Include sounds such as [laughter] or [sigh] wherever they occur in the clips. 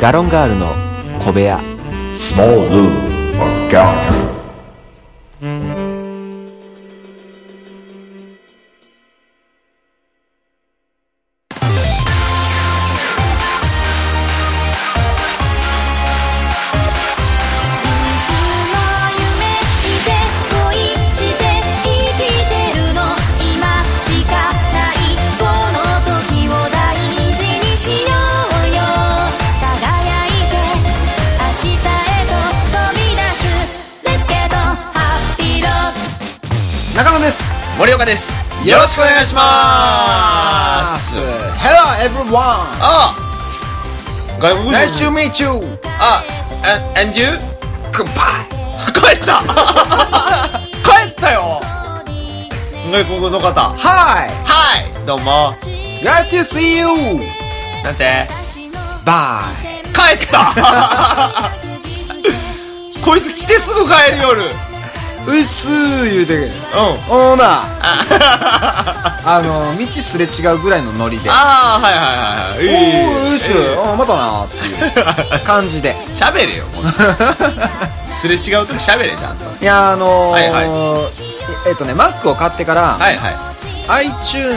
ガロンガールの小部屋 Small Lou McGallagher. いつも夢見て恋して生きてるの今しかないこの時を大事にしようよ輝いて明日へと飛び出す Let's get on happy road 中野です森岡ですよろしくお願いしまますす Hello everyone! あ外国人 Nice to meet you! あ and, and you? クッパイ [laughs] 帰った帰ったよ外国の方 Hi! はいどうも Glad to see you! なんて Bye! 帰った [laughs] こいつ来てすぐ帰る夜ううっすー言うてんおー [laughs] なあの道すれ違うぐらいのノリでああはいはいはいはいおーうっすえー、あーまたなーっていう感 [laughs] じでえ喋れよもっ [laughs] とすれ違うとき喋れちゃんといやーあのーはいはいえっとね Mac を買ってから、はいはい iTunes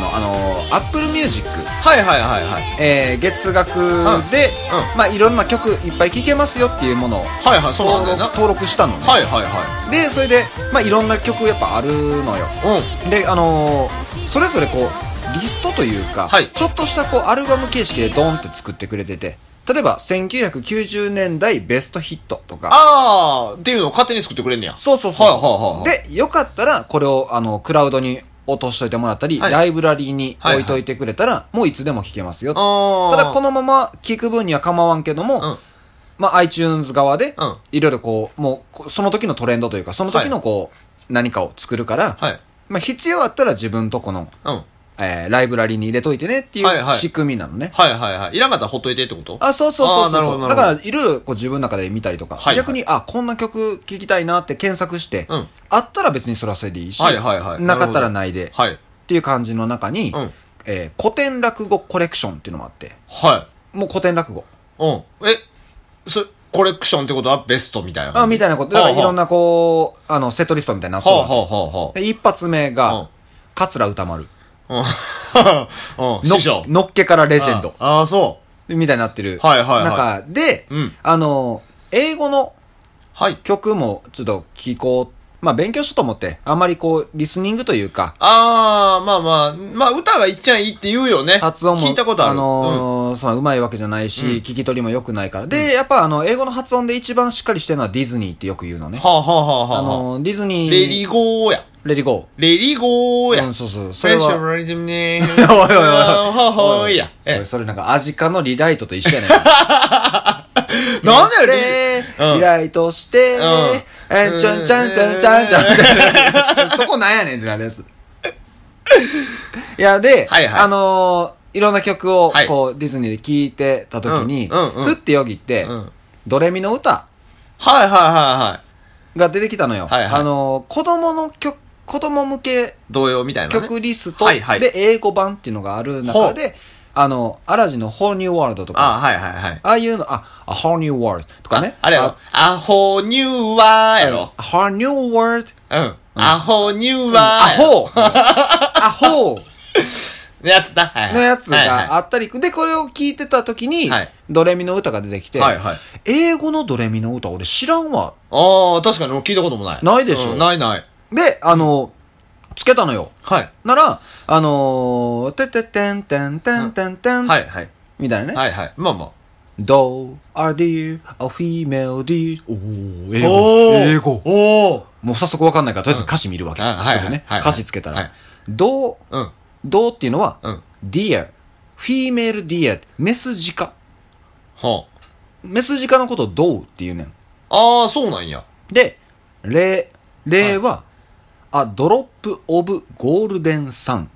のあのー Apple Music、はいはいはいはいえー月額で、うんうまあいろんな曲いっぱい聴けますよっていうものをはいはいそうなん登録だよな登録したのね、はいはいはでそれでまあいろんな曲やっぱあるのよいうんであのーそれぞれこうリストというか、はいちょっとしたこうアルバム形式でドーンって作ってくれてて例えば1990年代ベストヒットとかああっていうのを勝手に作ってくれんねやそうそうそう、はいはいはいはでよかったらこれをあのクラウドに落としといてもらったり、はいライブラリーにはいは置いいといてくれたら、もういつでも聴けますよたあーだこのまま聴く分には構わんけども、うんまあ iTunes 側でうんいろいろこうもうこその時のトレンドというかその時のこう、何かを作るから、はいまあ、必要あったら自分とこのうんはいえーライブラリに入れといてねっていはいはうい仕組みなのね。はいはいいらんかったらほっといてってことあ、そうそうそうあーなるそほうどなだるほどから、いろいろこう自分の中で見たりとか、はいはい逆に、あ、こんな曲聴きたいなって検索して、うんあったら別にそれはそれでいいし、はいはいはいなかったらないで、はいっていう感じの中に、うんえー古典落語コレクションっていうのもあって、はいもう古典落語。うんえそコレクションってことはベストみたいなあ、感じみたいなこと。だからいろんはなこう、あの、セットリストみたいになってあるはわあけはあはあはで一発目うんが、桂歌丸。あうんうんの師匠のっけからレジェンド。ああそうみたいになってるはいはいはい中で、うんあの、英語のはい曲もちょっと聞こう。まあ勉強しようと思って、あんまりこう、リスニングというか、ああまあまあまあ歌がいっちゃいいって言うよね発音も、聞いたことあるうんのーそのうまいわけじゃないし、聞き取りも良くないから。で、やっぱあの、英語の発音で一番しっかりしてるのはディズニーってよく言うのね。はあはあはああはあはあのー、ディズニー。レリゴーやレリゴレリゴーー。やうん、そうそう。それは、[laughs] フおいレ [laughs] ッシュライズムおいおい。おいおいや。おえい、それなんか、アジカのリライトと一緒やねん。なんだよでうんリライトして、んえんちゃんちゃんちゃんちゃんち [laughs] ゃん。そこなんやねんってなるやつ。いや、で、はいはいあのーいろんな曲を、はいこう、ディズニーで聴いてた時に、うんうんうんふってよぎって、うんドレミの歌はいはいはいはい。が出てきたのよ。はいはいあのー子供の曲、子供向け童謡みたいなね。曲リストはいはいで英語版っていうのがある中で、あの、アラジンの Whole New World とか、あ、はいはいはあい。あいうの、あ、A Whole New World とかね。あれやろ。アホニューワーやろ。 A Whole New World うん。アホニューワー。ア [laughs] ホアホのやつだ。はいはいのやつはいはがいあったり、で、これを聞いてた時にはい、ドレミの歌が出てきてはいはい、英語のドレミの歌俺知らんわ。ああ、確かに俺聞いたこともない。ないでしょうんないない。で、あの、つけたのよ。はい。なら、あのー、てててんてんてんてんてん、はいはい。みたいなね。はいはい。まあまあ。 Do, are, dear, a female, dear. おー、英お語。ー英語。おおもう早速わかんないから、とりあえず歌詞見るわけ。うんはいはいすぐね。はいはい歌詞つけたはいら。Do, うん。どうっていうのは、うん dear, female dear, メス鹿。ほう。メス鹿のことをどうっていうねん。ああ、そうなんや。で、例、例は、あ、ドロップオブゴールデンサン。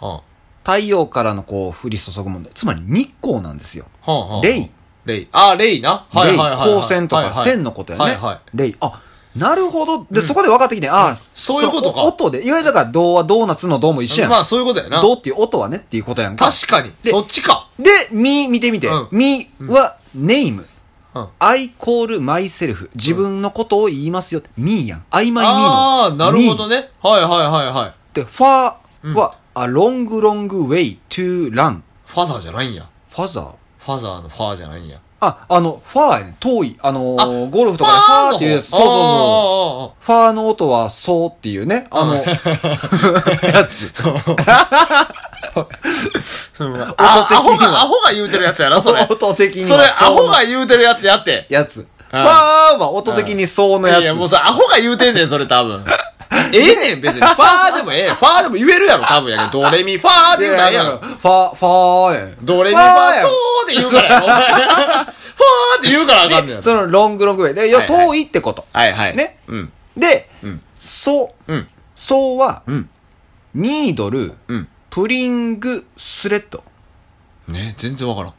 は太陽からのこう降り注ぐもんで。つまり日光なんですよ。あ。はあはあ。レイ。レイ。ああ、レイな。はいはいはいはい。レイ、光線とか線のことやね。はいはい。レイ。あ、なるほど。で、そこで分かってきて、ああ、そういうことかその音で、いわゆるだから、銅はドーナツの銅も一緒やん。まあそういうことやな。銅っていう音はねっていうことやんか。確かに。でそっちか。で、み、見てみてうん。み、は、ネーム。うん。 I call myself. 自分のことを言いますよ。みやん。I my me の。ああ、なるほどね。はいはいはいはい。 me。で、ファーは、a long long way to run. ファザーじゃないんや。ファザーファザーのファーじゃないんや。あ、あの、ファーやね。遠い。あのーあゴルフとかでファーっていうやつ。そうそうそう。そファーの音は、そうっていうね。あの、やつ。う。ああア音ホ的にが、アは。ホが言うてるやつやろ、それ。 [laughs] 音的には。それ、アそうホが言うてるやつやって。やつ。ファうーんは音的にそうのいややいや、もうつ。それ、アホが言うてんねん、それ [laughs] 多分。ええねん、別に。ファーでもええ。ファーでも言えるやろ、多分やけど。ドレミファーで言うたらええやろ。ファー、ファーやんドレミファー、やんそうって言うからやろ。お前 [laughs] ファーって言うからあかんね [laughs] ん。そのロングロングウェイ。で、いやはいはい遠いってこと。はいはい。ねうん。でん、そうう。んそうはん、ニードルうん、プリング、スレッド。ね全然わからん。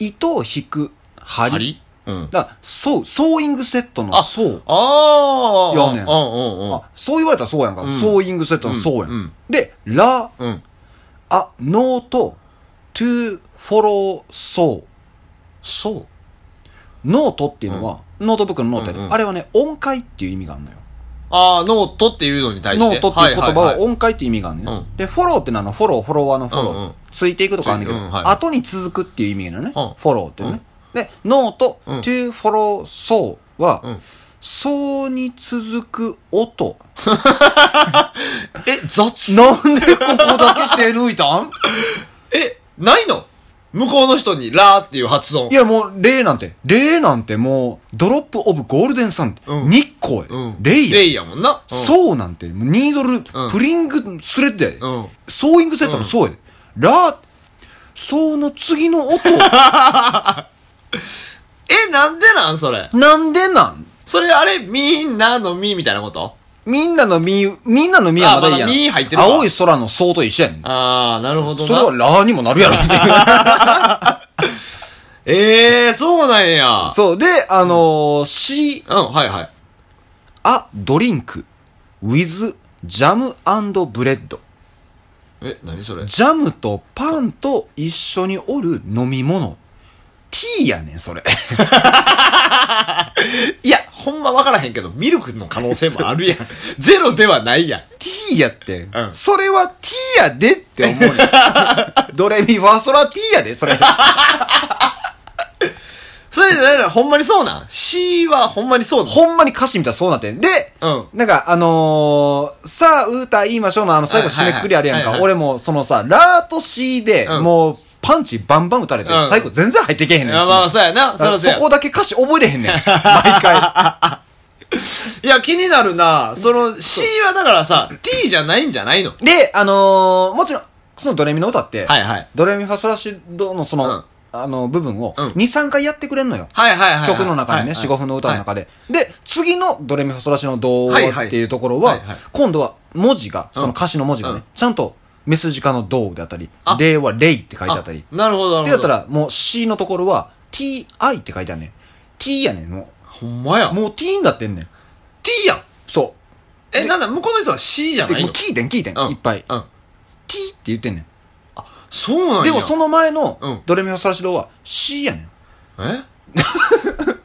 糸を引く、針。針うん。だからそう、ソーイングセットの、そう。ああやねんうんうんうん。あそう言われたらそうやんか。んソーイングセットのそうやうんうんん。で、ラ、うん。あ、ノーと、トゥ、フォロー、そう。そう。ノートっていうのは、ノートブックのノートやでうんうんあれはね、音階っていう意味があるのよ。ああ、ノートっていうのに対して。ノートっていう言葉ははいはいはい音階っていう意味があるのよう。で、フォローってのはあのフォロー、フォロワーのフォロうんうーん。ついていくとかあるんだけうんど、はい後に続くっていう意味なのね。フうんォローっていううね。で、ノート、うん to follow, so うはん、そうに続く音。え、雑なんでここだけ手抜いた [laughs] んえ、ないの向こうの人に、ラーっていう発音。いやもう、例なんて、例なんてもう、ドロップオブゴールデンサン、うん日光うやん。。例やレ。イやもんな。うんそうなんて、もうニードル、プリング、スレッドやで。うんソーイングセットのそうやで。ラー、そうの次の [laughs] 音、え、なんでなんそれ。なんでなんそれあれ、みんなのみみたいなことみんなのみ、みんなのみはまだいいやん。あまだみ入ってるわ青い空のそうと一緒やねん。ああ、なるほどそな。れはラーにもなる [laughs] やろ。ええー、そうなんや。そう。で、あのー、C、うん、はいはい。あ、ドリンク、with、ジャムブレッド。え、何それジャムとパンと一緒におる飲み物。T やねん、それ。いや、ほんまわからへんけど、ミルクの可能性もあるやん。 [laughs] ゼロではないやん。 T やって、んそれは T やでって思うねん [laughs] ドレミファーソラ T やで、それ。それで、だからほんまにそうなん ?C はほんまにそうだ。ほんまに歌詞見たらそうなってん。で、うんなんか、あのー、さあ、歌言いましょうの、あの、最後は締いはいはめいくくりあれやんはいはか。い俺も、そのさ、ラーと C で、うんもう、パンチバンバン打たれて、うん最後全然入ってけへんいねん。や、まあ、そうやだな。そかららそうそやこだけ歌詞覚えれへん [laughs] ねん。毎回。いや、気になるな。その、C はだからさ、T じゃないんじゃないので、あのー、もちろん、そのドレミの歌って、はいはいドレミファソラシドのその、うんあの、部分を、うん2、3回やってくれんのよ。はいはいはいはい。曲の中にね、4、5分の歌の中で。で。で、次のドレミファソラシのドはいはーいっていうところははいはい、今度は文字が、その歌詞の文字がうんね、ちゃんとメスジカのドーであったりあ、レはレイって書いてあったり。あなるほど、でだっなるほたど。ら、もう C のところは TI って書いてあるねん。T やねん、もほんまや。う。もう T になってんねん。 T やん。そえ、なんだ、向こうの人は C じゃう。なで、いもうの聞いてん、聞いてん、うんいっぱい。うん。 T って言ってんねん。そうなんや。でもその前のうんドレミファソラシドは C や [laughs] ねえ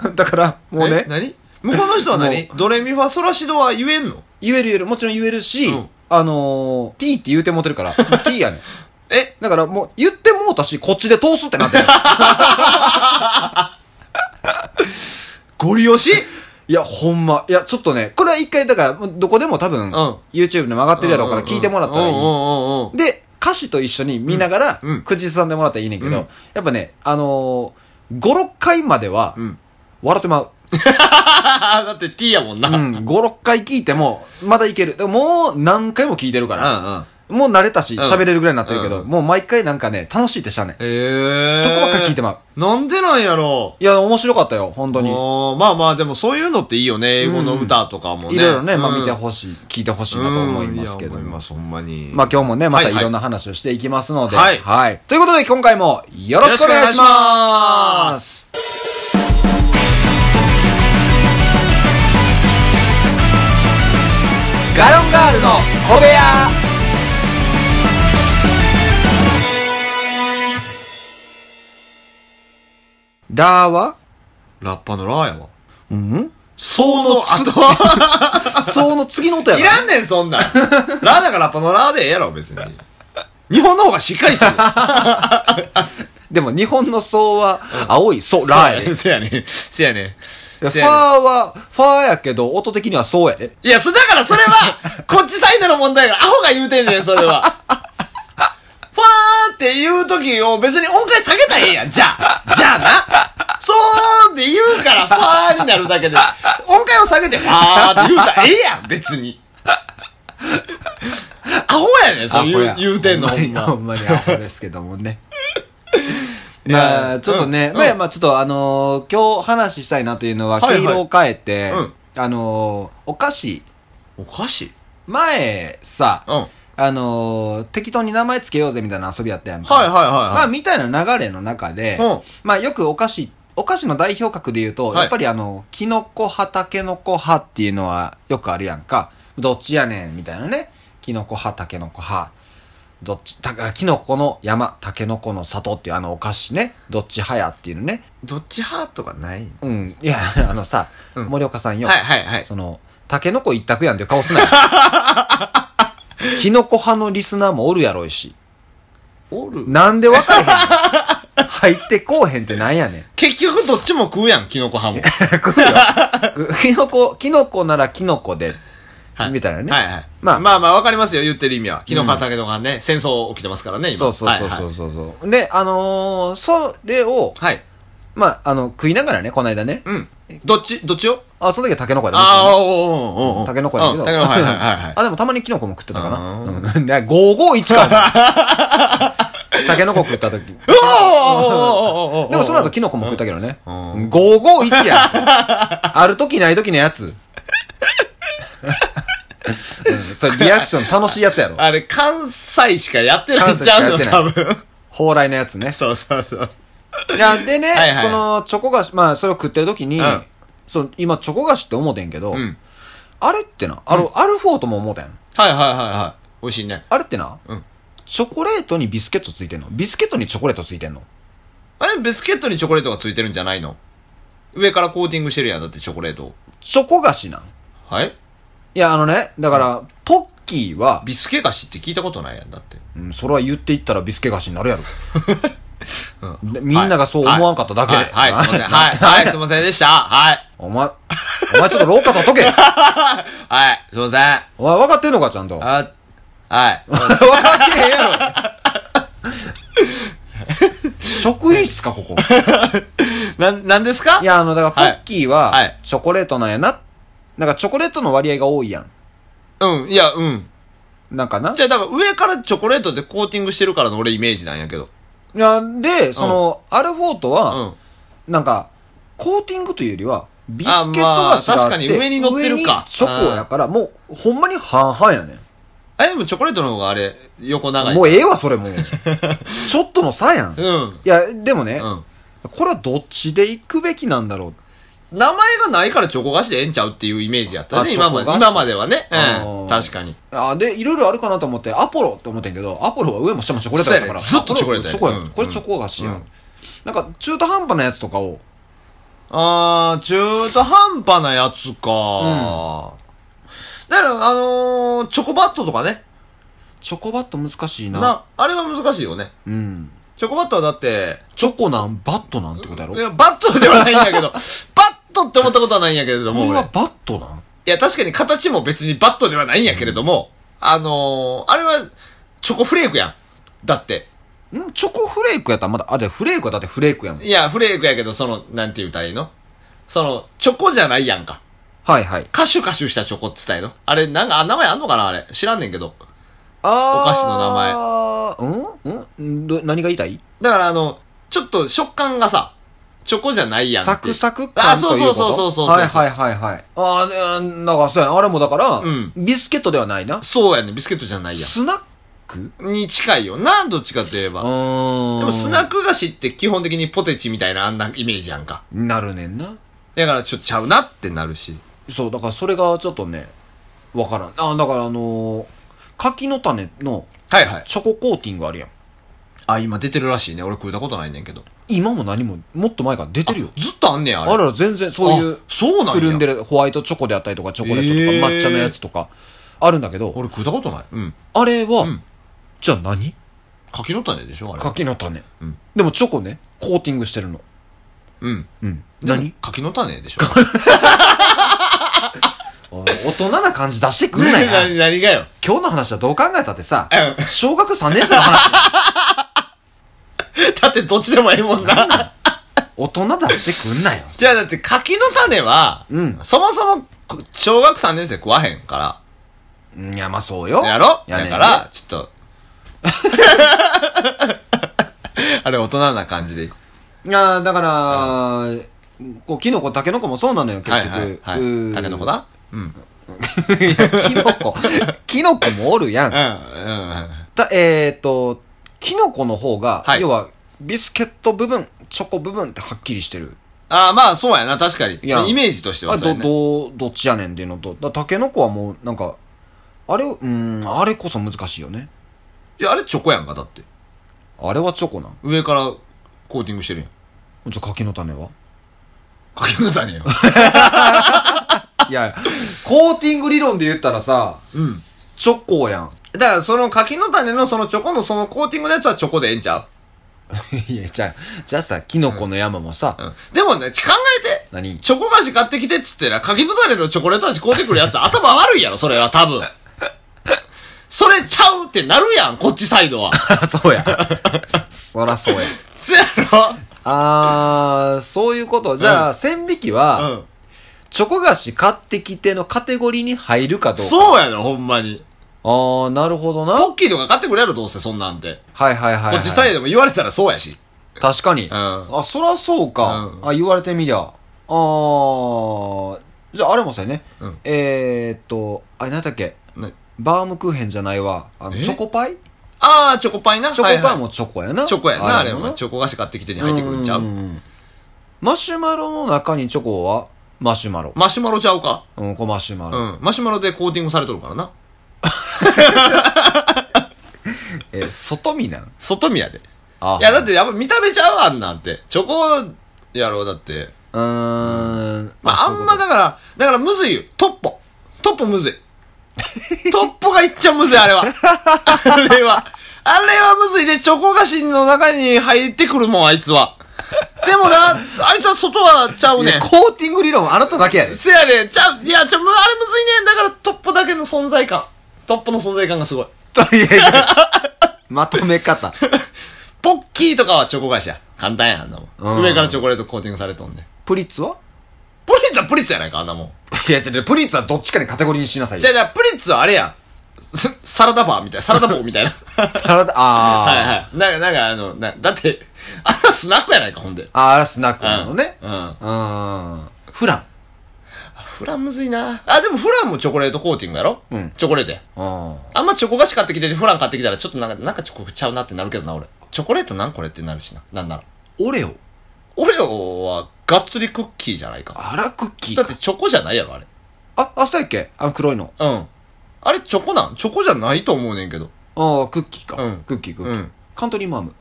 ん。だから、もうえね、何向こうの人は何ドレミファソラシドは言えんの言える言える、もちろん言えるしうん、あのー、T って言うてもうてるから、もう T やねん。えだからもう言ってもうたし、こっちで通すってなって [laughs] る。ゴリ押しいや、ほんま。いや、ちょっとね、これは一回、だから、もうどこでも多分、ん YouTube でも上がってるやろうから聞いてもらったらいうんい。うんうんうん。で、歌詞と一緒に見ながら、うんうん口ずさんでもらったらいいねんけど、うんやっぱね、あのー、5、6回まではうん、笑ってまう。あーだって T やもんな。ううんん、5、6回 [laughs] 聞いても、まだいける。でももう何回も聞いてるから、うん。もう慣れたし、ん喋れるぐらいになってるけど、うんもう毎回なんかね、楽しいってしゃあねん。へえ。そこばっか聞いてまう。なんでなんやろいや、面白かったよ、本当に。あーまあまあ、でもそういうのっていいよね。英語の歌とかもね。いろいろね、まうあん見てほしい、聞いてほしいなと思いますけどうんや思います、ほんまに。まあ今日もね、またいろんな。な話をしていきますので。はいということで今回もよろしくお願いします「ガロンガールの小部屋ラー [laughs] はラッパのラーやわ。うんそうの後。そうの次の音やいからんねん、そんな [laughs] ん。ラーだからラッパのラーでええやろ、別に。日本の方がしっかりし [laughs] てる。でも日本のそうは青いそう、ラーやで。せやね。せやね。ファせーやね。は、ファーやけど、音的にはそうやで。いや、そ、だからそれ [laughs] は、こっちサイドの問題やから、アホが言うてんねん、それは。ファーって言うときを別に音階下げたらええやん、じゃあ。じゃあな。そうって言うから、ファーになるだけで。音階を下げて、ファーって言うたらええやん、別に。アホやねん、そう言う言うてんの、ほほんま。んまにアホですけどもね。まあ、ちょっとね、うんまあまあちょっとあのー今日話したいなというのは、はいは黄い色を変えてうん、あのーお菓子、おかしい前さ、うん。はいあのー適当に名前つけようぜみたいな遊びやったやんか。はいはいまあ、はい。みたいな流れの中で、うんまあ、よくお菓子、お菓子の代表格で言うと、はいやっぱりあの、キノコ派、タケノコ派っていうのはよくあるやんか。どっちやねん、みたいなね。キノコ派、タケノコ派。どっち、た、キノコの山、タケノコの里っていうあのお菓子ね。どっち派やっていうのね。どっち派とかないうん。いや、 [laughs] あのさ、うん森岡さんよ。はいはいはい。その、タケノコ一択やんっていう顔すな [laughs] よ。キノコ派のリスナーもおるやろうし。おるなんで分かれへんの入ってこうへんってなんや [laughs] ねん。結局どっちも食うやん、キノコ派も。食うよ。キノコ、キノコならキノコで。はいみたいなね。はいはい。ままああまあまあ、わかりますよ、言ってる意味は。昨日畑とかね、戦争起きてますからね、今。そうそうそうはいそはういそうそう。で、あのー、それを、はい。まあ、あの、食いながらね、この間ね。うん。どっちどっちよあ、その時はタケノコやでああ、おうおうおうおうタケノコやけうど。。んタケノコ、はいはいはいはい [laughs] あ、でもたまにキノコも食ってたかな。ううん。 [laughs] で551か。 [laughs] タケノコ食った時。うわおうおうおうおうおうおうおうでもその後キノコも食ったけどね。うん551や。ある時ない時のやつ。うんそれリアクション楽しいやつやろ。あれ、関西しかやってないんちゃうの、関西しか多やっ分。 [laughs] 蓬莱のやつね。そうそうそう。いや、でね、はいはいその、チョコ菓子、まあ、それを食ってる時に、うんその今、チョコ菓子って思てんけど、うん。あれってな、あの、アルフォートも思てん。はいはいはいはい。美味しいね。あれってな、うんチョコレートにビスケットついてんのビスケットにチョコレートついてんのあれ、ビスケットにチョコレートがついてるんじゃないの上からコーティングしてるやん、だってチョコレートを。チョコ菓子なんはいいや、あのね、だから、ポッキーは、ビスケ菓子って聞いたことないやん、だって。うん、それは言っていったらビスケ菓子になるや [laughs] ろ。でみんながそう思わんかっただけで。はい、はいはいすいません。 [laughs] はい、はい、すいませんでした。はい。お前、お前ちょっと廊下立っと [laughs] け。はい、すいません。お前分かってんのか、ちゃんと。あ、はい。分かってへんやろ。職員室か、ここ。 [laughs] な、なんですかいや、あの、だから、ポッキーははいはい、チョコレートなんやな。なんか、チョコレートの割合が多いやん。うん、いや、うん。なんかな。じゃあ、だから上からチョコレートでコーティングしてるからの俺イメージなんやけど。いや、で、その、アルフォートうはん、。なんか、コーティングというよりは、ビスケあットまあ菓子があって、確かに上に乗ってるか上にチョコやから、もう、ほんまに半々やねあれでもチョコレートの方があれ、横長ん。い。もうええわ、それ [laughs] もう。ちょっとの差やん。いうん。や、でもね、うん。これはどっちで行くべきなんだろう。名前がないからチョコ菓子でええんちゃうっていうイメージやったあね、今まチョコで。菓子今まではね。ううんん。確かに。あで、いろいろあるかなと思って、アポロって思ってんけど、アポロは上も下もチョコレートだったから。そうやねずっとチョコレートやねチョコやうんこれチョコ菓子やん。うんなんか、中途半端なやつとかを、あー、中途半端なやつか。だから、あのー、チョコバットとかね。チョコバット難しいな。な、あれは難しいよね。うん。チョコバットはだって、チョコなん、バットなんってことやろいや、バットではないんやけ [laughs] ど、バットって思ったことはないんやけれども、これ俺はバットなんいや、確かに形も別にバットではないんやけれども、あのー、あれは、チョコフレークやん。だって。んチョコフレークやったらまだ、あ、で、フレークはだってフレークやもん。いや、フレークやけど、その、なんて言うたらいいのその、チョコじゃないやんか。はいはい。カシュカシュしたチョコって言ったらいいのあれ、なんか、あ名前あんのかなあれ。知らんねんけど。あー、お菓子の名前。うんうんど何が言いたいだから、あの、ちょっと食感がさ、チョコじゃないやんってサクサク感あ、そとういうそこうとそうそうそうそう。はいはいはいはい。あー、ね、なんかそうやな。あれもだから、うんビスケットではないな。そうやねん、ビスケットじゃないやスナックん。に近いよな、どっちかといえば。ででもスナック菓子って基本的にポテチみたいなあんなイメージやんか。なるねんな。だからちょっとちゃうなってなるし。そう、だからそれがちょっとね、わからん。あ、だからあのー柿の種のはいはい。チョココーティングあるやん。あ、今出てるらしいね。俺食うたことないねんけど。今も何も、もっと前から出てるよ。ずっとあんねや、ああれ。らら、全然そういうあ、そうなんやくるんでるホワイトチョコであったりとか、チョコレートとか、えー抹茶のやつとか、あるんだけど、俺食うたことない。うん。あれは、うんじゃあ何柿の種でしょあれ。。柿の種、うんでもチョコね、コーティングしてるの。うん。うん。何柿の種でしょおい大人な感じ出してくん [laughs] なよ。 [laughs] 何何がよ。今日の話はどう考えたってさう、小学3年生の話。 [laughs] だってどっちでもええもんな。大人出してくんなよ。じゃあだって柿の種は、うんそもそも、こ小学3年生食わへんかうんいや、まあそうよ。ら。やろやねんだでから、ちょっと。 [laughs] あれ、大人な感じでいこいやだから、こう、キノコ、タケノコもそうなのよ、う。結はい局。はい。はうい。ータケノコだうん。いやキノ [laughs] コ。キノコもおるやん。うん。うん。たえっ、と、キノコの方が、はい要は、ビスケット部分、チョコ部分ってはっきりしてる。ああ、まあ、そうやな、確かに。いやイメージとしてはあそうど、やね。ど、どっちやねんっていうのと、だタケノコはもう、なんか、あれ、うーん、あれこそ難しいよね。いや、あれチョコやんか、だって。あれはチョコなん。上からコーティングしてるやん。じゃあ、柿の種は柿の [laughs] 種よ。いや、コーティング理論で言ったらさ、うん。チョコやん。だから、その柿の種のそのチョコのそのコーティングのやつはチョコでええんちゃう [laughs] いや、じゃあ、じゃあさ、キノコの山もさ、うん。でもね、考えて。何チョコ菓子買ってきてっつってな、柿の種のチョコレート味買うてく [laughs] るやつ頭悪いやろ、それは多分。それちゃうってなるやん、こっちサイ [laughs] ドは。そうや。そらそうや。そやあー、そういうこと。じゃあ、線引きは、ろうん。チョコ菓子買ってきてのカテゴリーに入るかどうか。うそうやろ、ほんまに。あー、なるほどな。ポッキーとか買ってくれやろ、どうせ、そんなんて。はいはいはい、はい。こっちサイドも言われたらそうやし。確かに。んあ、そらそうか、うんあ、言われてみりゃ。あー、じゃあ、あれもさね。うんえーっと、あれ、なんだっけ。ねバームクーヘンじゃないわ。あの、えチョコパイああ、チョコパイな。チョコはパいイはいもチョコやな。チョコやな、あれもは。チョコ菓子買ってきてに入ってくるんちゃううんマシュマロの中にチョコはマシュマロ。マシュマロちゃうかうん、こうマシュマうロ。ん。マシュマロでコーティングされとるからな。え、外見なん外見やで。あいや、だってやっぱ見た目ちゃうわあんなんて。チョコやろ、だって。うーん。まあ、あそういんうこまとだから、だからむずいよ。トッポ。トッポむずい。トッポがいっ [laughs] ちゃむずい、あれは。あれは。あれはむずいで、チョコ菓子の中に入ってくるもん、あいつは。でもな、あいつは外はちゃういねやん。コーティング理論あなただけやで。せやねん、ちゃう、いや、ちゃう、むあれむずいねん。だからトッポだけの存在感。トッポの存在感がすごい。 [laughs] まとめ方。ポッキーとかはチョコ菓子や。簡単やん、あんなもうんん。上からチョコレートコーティングされとんねん。プリッツはプリッツはプリッツやないか、あんなもん。いや、違う違うプリッツはどっちかにカテゴリーにしなさいじよゃあ、じゃあプリッツはあれやん。すサラダバーみたいな、サラダ棒みたいな。はサラダ、いあー。 [laughs] はい。なんか、なんかあの、な、だって、あれはスナックやないか、ほんで。あーあら、スナックなのね。うんうんーん。フラン。フランむずいな。あ、でもフランもチョコレートコーティングやろうんチョコレートや。うん。あんまチョコ菓子買ってきてて、フラン買ってきたら、ちょっとなんか、なんかチョコちゃうなってなるけどな、俺。チョコレートなんこれってなるしな。なんなら。オレオ。オレオは、がっつりクッキーじゃないか。あら、クッキだーっかて。チョコじゃないやろ、あれ。あ、あ、そうやっけあの黒いの。うん。あれチョコなんチョコじゃないと思うねんけど。ああ、クッキーか。うんクッキー、クッキー。うんカントリーマーム。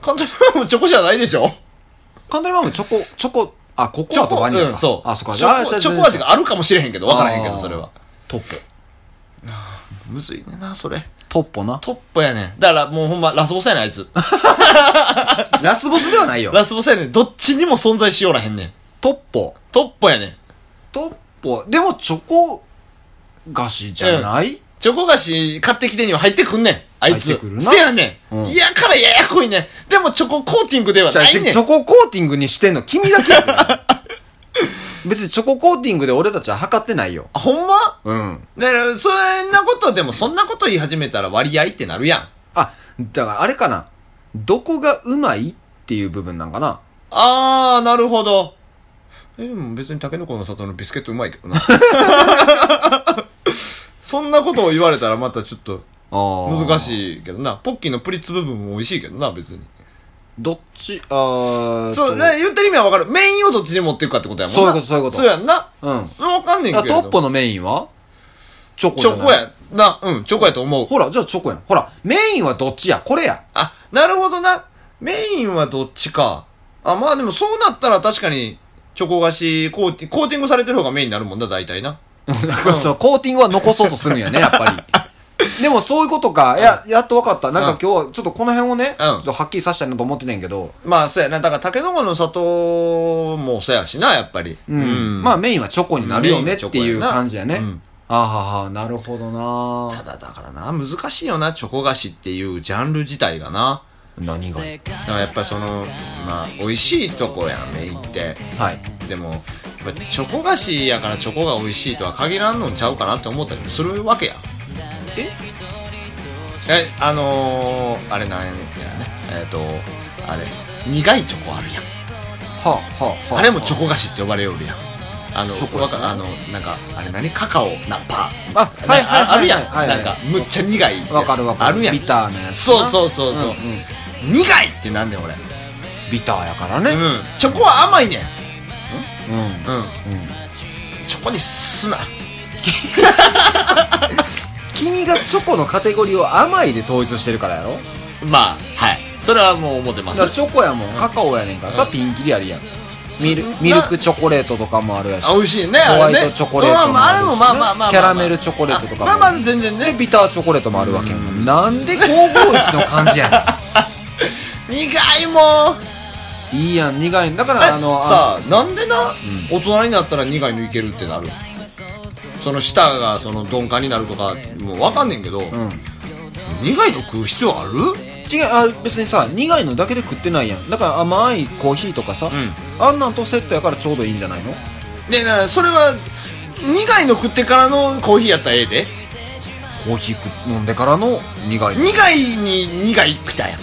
簡単に言うとチョコじゃないでしょカントリーマーム、チョコ、チョコ、あ、ココアとバニラか。うん、そう。あ、そっか。チョコチョコ味ががあるかもしれへんけど、わからへんけど、それは。。トッポ。むずいねんな、それ。トッポな。トップやねん。だからもうほんま、ラスボスやねん、あいつ。ラスボスではないよ。ラスボスやねん。どっちにも存在しようらへんねん。トッポ。トップやねん。トッポ。でも、チョコ菓子じゃないチョコ菓子買ってきてには入ってくんねん。あいつ。入ってくるなせやねん。うんいやからややこいねん。でもチョココーティングではじゃあないチねん。ョココーティングにしてんの君だけや [laughs] から。別にチョココーティングで俺たちは測ってないよ。あほんまうん。だから、そんなこと、でもそんなこと言い始めたら割合ってなるやん。あ、だからあれかな。どこがうまいっていう部分なんかな。あー、なるほど。え、でも別にタケノコの里のビスケットうまいけどな。 [laughs] そんなことを言われたらまたちょっと難い。しいけどな。ポッキーのプリッツ部分も美味しいけどな、別に。どっち、あー。そう、ね。ね、言ってる意味はわかる。メインをどっちに持っていくかってことやもんな。そういうことそういうことそうやんな。うん。わかんねんだけかられトど。ッポのメインはチョコチじゃなョいコや。な、うん、チョコやと思う。ほら、じゃあチョコやん。ほら、メインはどっちやこれや。あ、なるほどな。メインはどっちか。あ、まあでもそうなったら確かに、チョコ菓子コーティ、コーティングされてる方がメインになるもんな、大体な。だから [laughs] そのコーティングは残そうとするん [laughs] やね、やっぱり。でもそういうことか。いや、やっとわかった。なんか今日はちょっとこの辺をね、ちょっとはっきりさせたいなと思ってねんけど、まあ、そうやな。だから、タケノコの里もそうやしな、やっぱり。うまあメインはチョコになるよねっていう感じやね。メインはチョコやなうんあはは、なるほどなただ、だからな、難しいよな、チョコ菓子っていうジャンル自体がな。何がだからやっぱりその、まあ、美味しいとこやん、メインって。はい。でも、やっぱチョコ菓子やからチョコが美味しいとは限らんのんちゃうかなって思ったりもするわけや。ええ、あのー、あれなんやね。えっ、と、あれ、苦いチョコあるやん。はあ、はあ、はあ。あれもチコ。ョコ菓子って呼ばれよるやん。あの、チョコわかあの、なんか、あれ何カカオナッパー。あはいはいああるやん。はいはいなんか、むっちゃ苦いやつ。わかるわかるあるやん。ビターなやつなそうそうそうそう。うんうん苦いってなんねん俺。うん。ビターやからね。チョコは甘いねん。うん。うん。チョコにすな。君がチョコのカテゴリーを甘いで統一してるからやろまあ、はい。それはもう思ってまだすから。チョコやもん、カカオやねんからさ、ピンキリあるやん。ミルミルクチョコレートとかもあるやし。あ美味しいね、ホあワれイね。トチョコレートもあるしねまあ、あれもまあまあまあまあ。キャラメルチョコレートとかもあまあまあ全然でね。ビターチョコレートもあるわけやんなんで551の感じや苦いもん。ねんいいやん苦いんだからああ [laughs] ののあさあなんでな、大人になったら苦いのいけるってなるその舌がその鈍感になるとかもう分かんねんけど、うん苦いの食う必要ある違うあ別にさ苦いのだけで食ってないやんだから甘いコーヒーとかさ、んあんなんとセットやからちょうどいいんじゃないのでなそれは苦いの食ってからのコーヒーやったらええでコーヒー飲んでからの苦いの苦いに苦いくたやん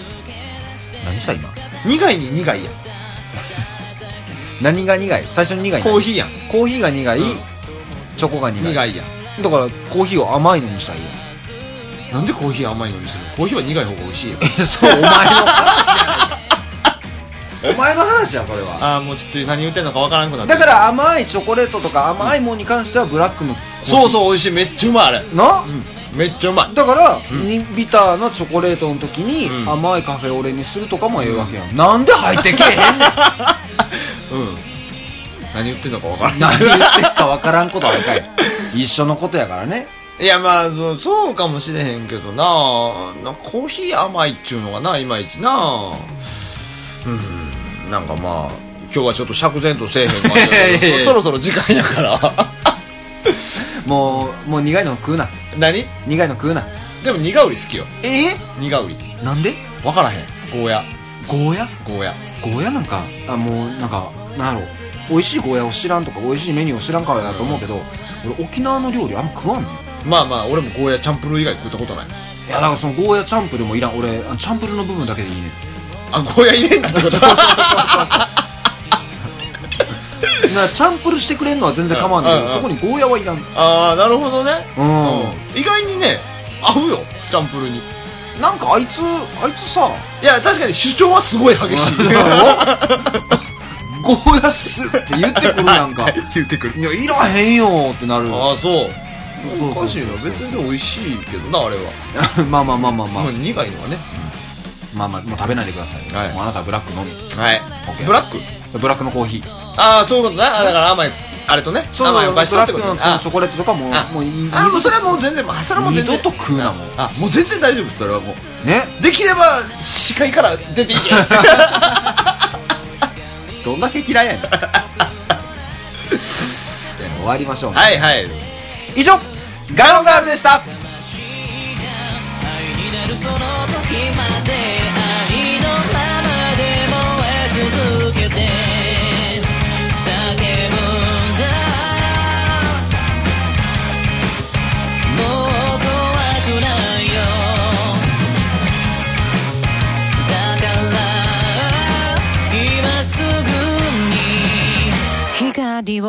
何した今苦いに苦いやん何が苦い最初に苦いコーヒヒーやんーコーヒーが苦い、んチョコが苦い苦いやんだからコーヒーを甘いのにしたいやんなんでコーヒー甘いのにするのコーヒーは苦い方が美味しいよ [laughs] そうお前の話やねん [laughs] お前の話やそれは [laughs] ああもうちょっと何言ってんのか分からんくなってだから甘いチョコレートとか甘いもんに関してはブラックのそうそう美味しいめっちゃうまいあれ、な、うん、めっちゃうまいだから、にビターのチョコレートの時に、うん甘いカフェオレにするとかもええわけやん、なんで入ってけえへん [laughs] ねんうん何 [laughs] 言ってんのか分からん何言ってっかわからんことあるかい一緒のことやからねいや、まあ、そうそうかもしれへんけどなな、コーヒー甘いっちゅうのがな、いまいちなうん、なんかまあ、今日はちょっと釈然とせえへん感じだいやいやけいどやそそろそろ時間や [laughs] から。もうもう苦いの食うな何苦いの食うなでも、苦売り好きよ。え苦売り。ー、なんでわからへん。ゴーヤ。ゴーヤゴーヤ。ゴーヤなんかあもうなんかなんやろ美味しいゴーヤを知らんとか美味しいメニューを知らんからだと思うけど、俺沖縄の料理あんま食わんねんまあまあ、俺もゴーヤチャンプルー以外食ったことない。いやだからそのゴーヤチャンプルーもいらん俺あのチャンプルーの部分だけでいいねんあ、ゴーヤ入れんなってことなチャンプルしてくれんのは全然構わないけど、うんそこにゴーヤはいらん。 [laughs] ああ、なるほどね。ううん。意外にね、合うよ。チャンプルーに。ん。なんかあいつ、あいつさ、 [laughs] いや、確かに主張はすごい激しい。ゴーヤスって言ってくるやんか。言ってくる。いや、いらへんよってなる。ああそうそうおかしいな別にでも美味しいけどなあれは、まあまあまあまあまあまあ、。苦いのはねまあまあ、もう食べないでください。はいもうあなたはブラックのみ。はいーブラックブラックのコーヒー。ああそういうことなあだから甘いあれとねブ甘いラお菓子とッってクことのねそのあチョコレートとかも、あもういい。あもうそれはもう全然まあそれはもう二全然度と食うなもん。あもう全然大丈夫ですそれはもうね。できれば視界から出ていけ [laughs] どんだけ嫌 [laughs] いやねん。で終わりましょうね。はいはい以上、ガロンガールでした続けて叫ぶんだもう怖くないよだから今すぐに光を